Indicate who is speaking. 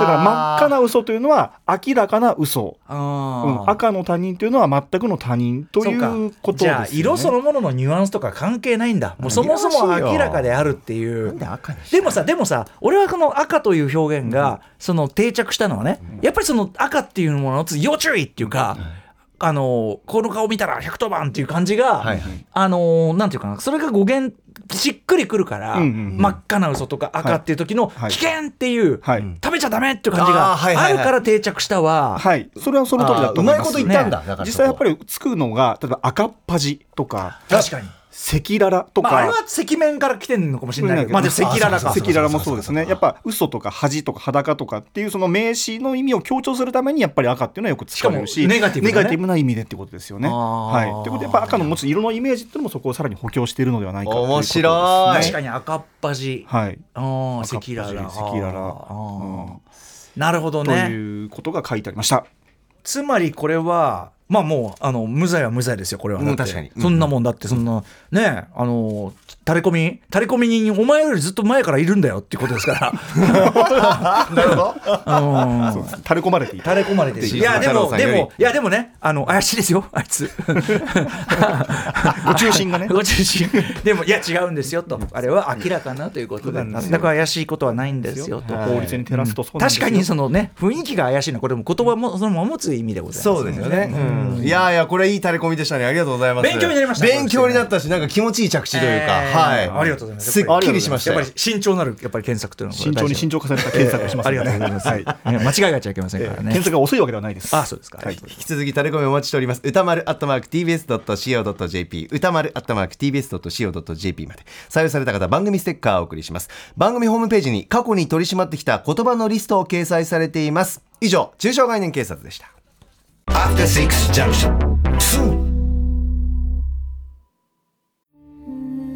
Speaker 1: いだから真っ赤な嘘というのは明らかな嘘うん、
Speaker 2: あ
Speaker 1: 赤の他人というのは全くの他人とい
Speaker 2: そうか
Speaker 1: ことです
Speaker 2: じ
Speaker 1: よ
Speaker 2: ゃ
Speaker 1: ね
Speaker 2: あ色そのもののニュアンスとか関係ないんだもうそもそも明らかであるっていう
Speaker 3: で赤に
Speaker 2: でもさでもさ俺はこの赤という表現がその定着したのはね、やっぱりその赤っていうものの要注意っていうか、あのこの顔見たら110番っていう感じが、
Speaker 3: はいはい
Speaker 2: あのなんていうかなそれが語源しっくりくるから、
Speaker 1: うんうんうん
Speaker 2: 真っ赤な嘘とか赤っていう時の
Speaker 1: はい
Speaker 2: 危険っていう、
Speaker 1: はい
Speaker 2: 食べちゃダメっていう感じが
Speaker 3: あーはいは
Speaker 2: あ
Speaker 3: いはい
Speaker 2: るから定着したわ。
Speaker 1: はい、それはその通りだと思います。
Speaker 3: あーうまいこと言ったんだだから
Speaker 1: 実
Speaker 3: そこ
Speaker 1: 際やっぱりつくのが、例えば赤っ端とか、
Speaker 2: 確かに
Speaker 1: 赤裸々と
Speaker 2: ま
Speaker 1: か。
Speaker 2: あ、あれは赤面から来てんのかもしれないけど、まあ、でも赤裸々か
Speaker 1: 赤裸々もそうですね。やっぱ嘘とか恥とか裸とかっていうその名詞の意味を強調するためにやっぱり赤っていうのはよく使われるし、
Speaker 2: しかもネガティブなね
Speaker 1: な意味でってことですよね。
Speaker 2: あー
Speaker 1: はい。ということでやっぱ赤の持つ色のイメージっていうのもそこをさらに補強しているのではないかということ
Speaker 3: 面
Speaker 1: です、ね。
Speaker 3: 白い
Speaker 2: 確かに赤っ端、
Speaker 1: はい。
Speaker 2: ああ赤
Speaker 1: 赤っ端
Speaker 2: 裸々
Speaker 1: 赤裸々
Speaker 2: あーなるほど
Speaker 1: と
Speaker 2: ね
Speaker 1: いうことが書いてありました。
Speaker 2: つまりこれはまあもうあの無罪は無罪ですよこれは、
Speaker 3: うん
Speaker 2: だって
Speaker 3: 確かにうん
Speaker 2: そんなもんだってそんなねあのタレコミタレコミ人お前よりずっと前からいるんだよっていうことですから
Speaker 3: なるほど。
Speaker 2: あのー
Speaker 1: 垂れ込まれていた
Speaker 2: 垂れ込まれてるい
Speaker 3: シーズン
Speaker 2: やで
Speaker 3: 太郎
Speaker 2: も
Speaker 3: さん
Speaker 2: で
Speaker 3: より
Speaker 2: もいやでもねあの怪しいですよあいつ
Speaker 1: ご中心がね
Speaker 2: ご中心でもいや違うんですよとあれは明らかなということで全く怪しいことはないんですよと
Speaker 1: 法律に照らすとそうなんです
Speaker 2: 確
Speaker 1: よ
Speaker 2: かにそのね雰囲気が怪しいのはこれも言葉もそのまま持つ意味でございます
Speaker 3: そうですよね。うんいやいや、これいい垂れ込みでしたね。ありがとうございます。
Speaker 2: 勉強になりました
Speaker 3: 勉強になったし、なんか気持ちいい着地というか、
Speaker 2: えー
Speaker 3: はい。
Speaker 2: ありがとうございます
Speaker 3: すっきりしました
Speaker 2: やっ
Speaker 3: よ
Speaker 2: ぱり。慎重なるやっぱり検索というのはこれ
Speaker 1: 慎重に慎重を重ねた検索をします
Speaker 2: あ
Speaker 1: の
Speaker 2: り
Speaker 1: で
Speaker 2: がとうございます、はい、間違えがちゃいけません
Speaker 1: えー
Speaker 2: からね、
Speaker 1: 検索が遅いわけではないです
Speaker 2: あそうですか、
Speaker 1: はい
Speaker 3: 引き続き垂れ込みお待ちしております。歌丸アットマーク tbs.co.jp 歌丸アットマーク tbs.co.jp まで採用された方番組ステッカーをお送りします。番組ホームページに過去に取り締まってきた言葉のリストを掲載されています。以上、中小概念警察でした。
Speaker 4: After Six Junction 2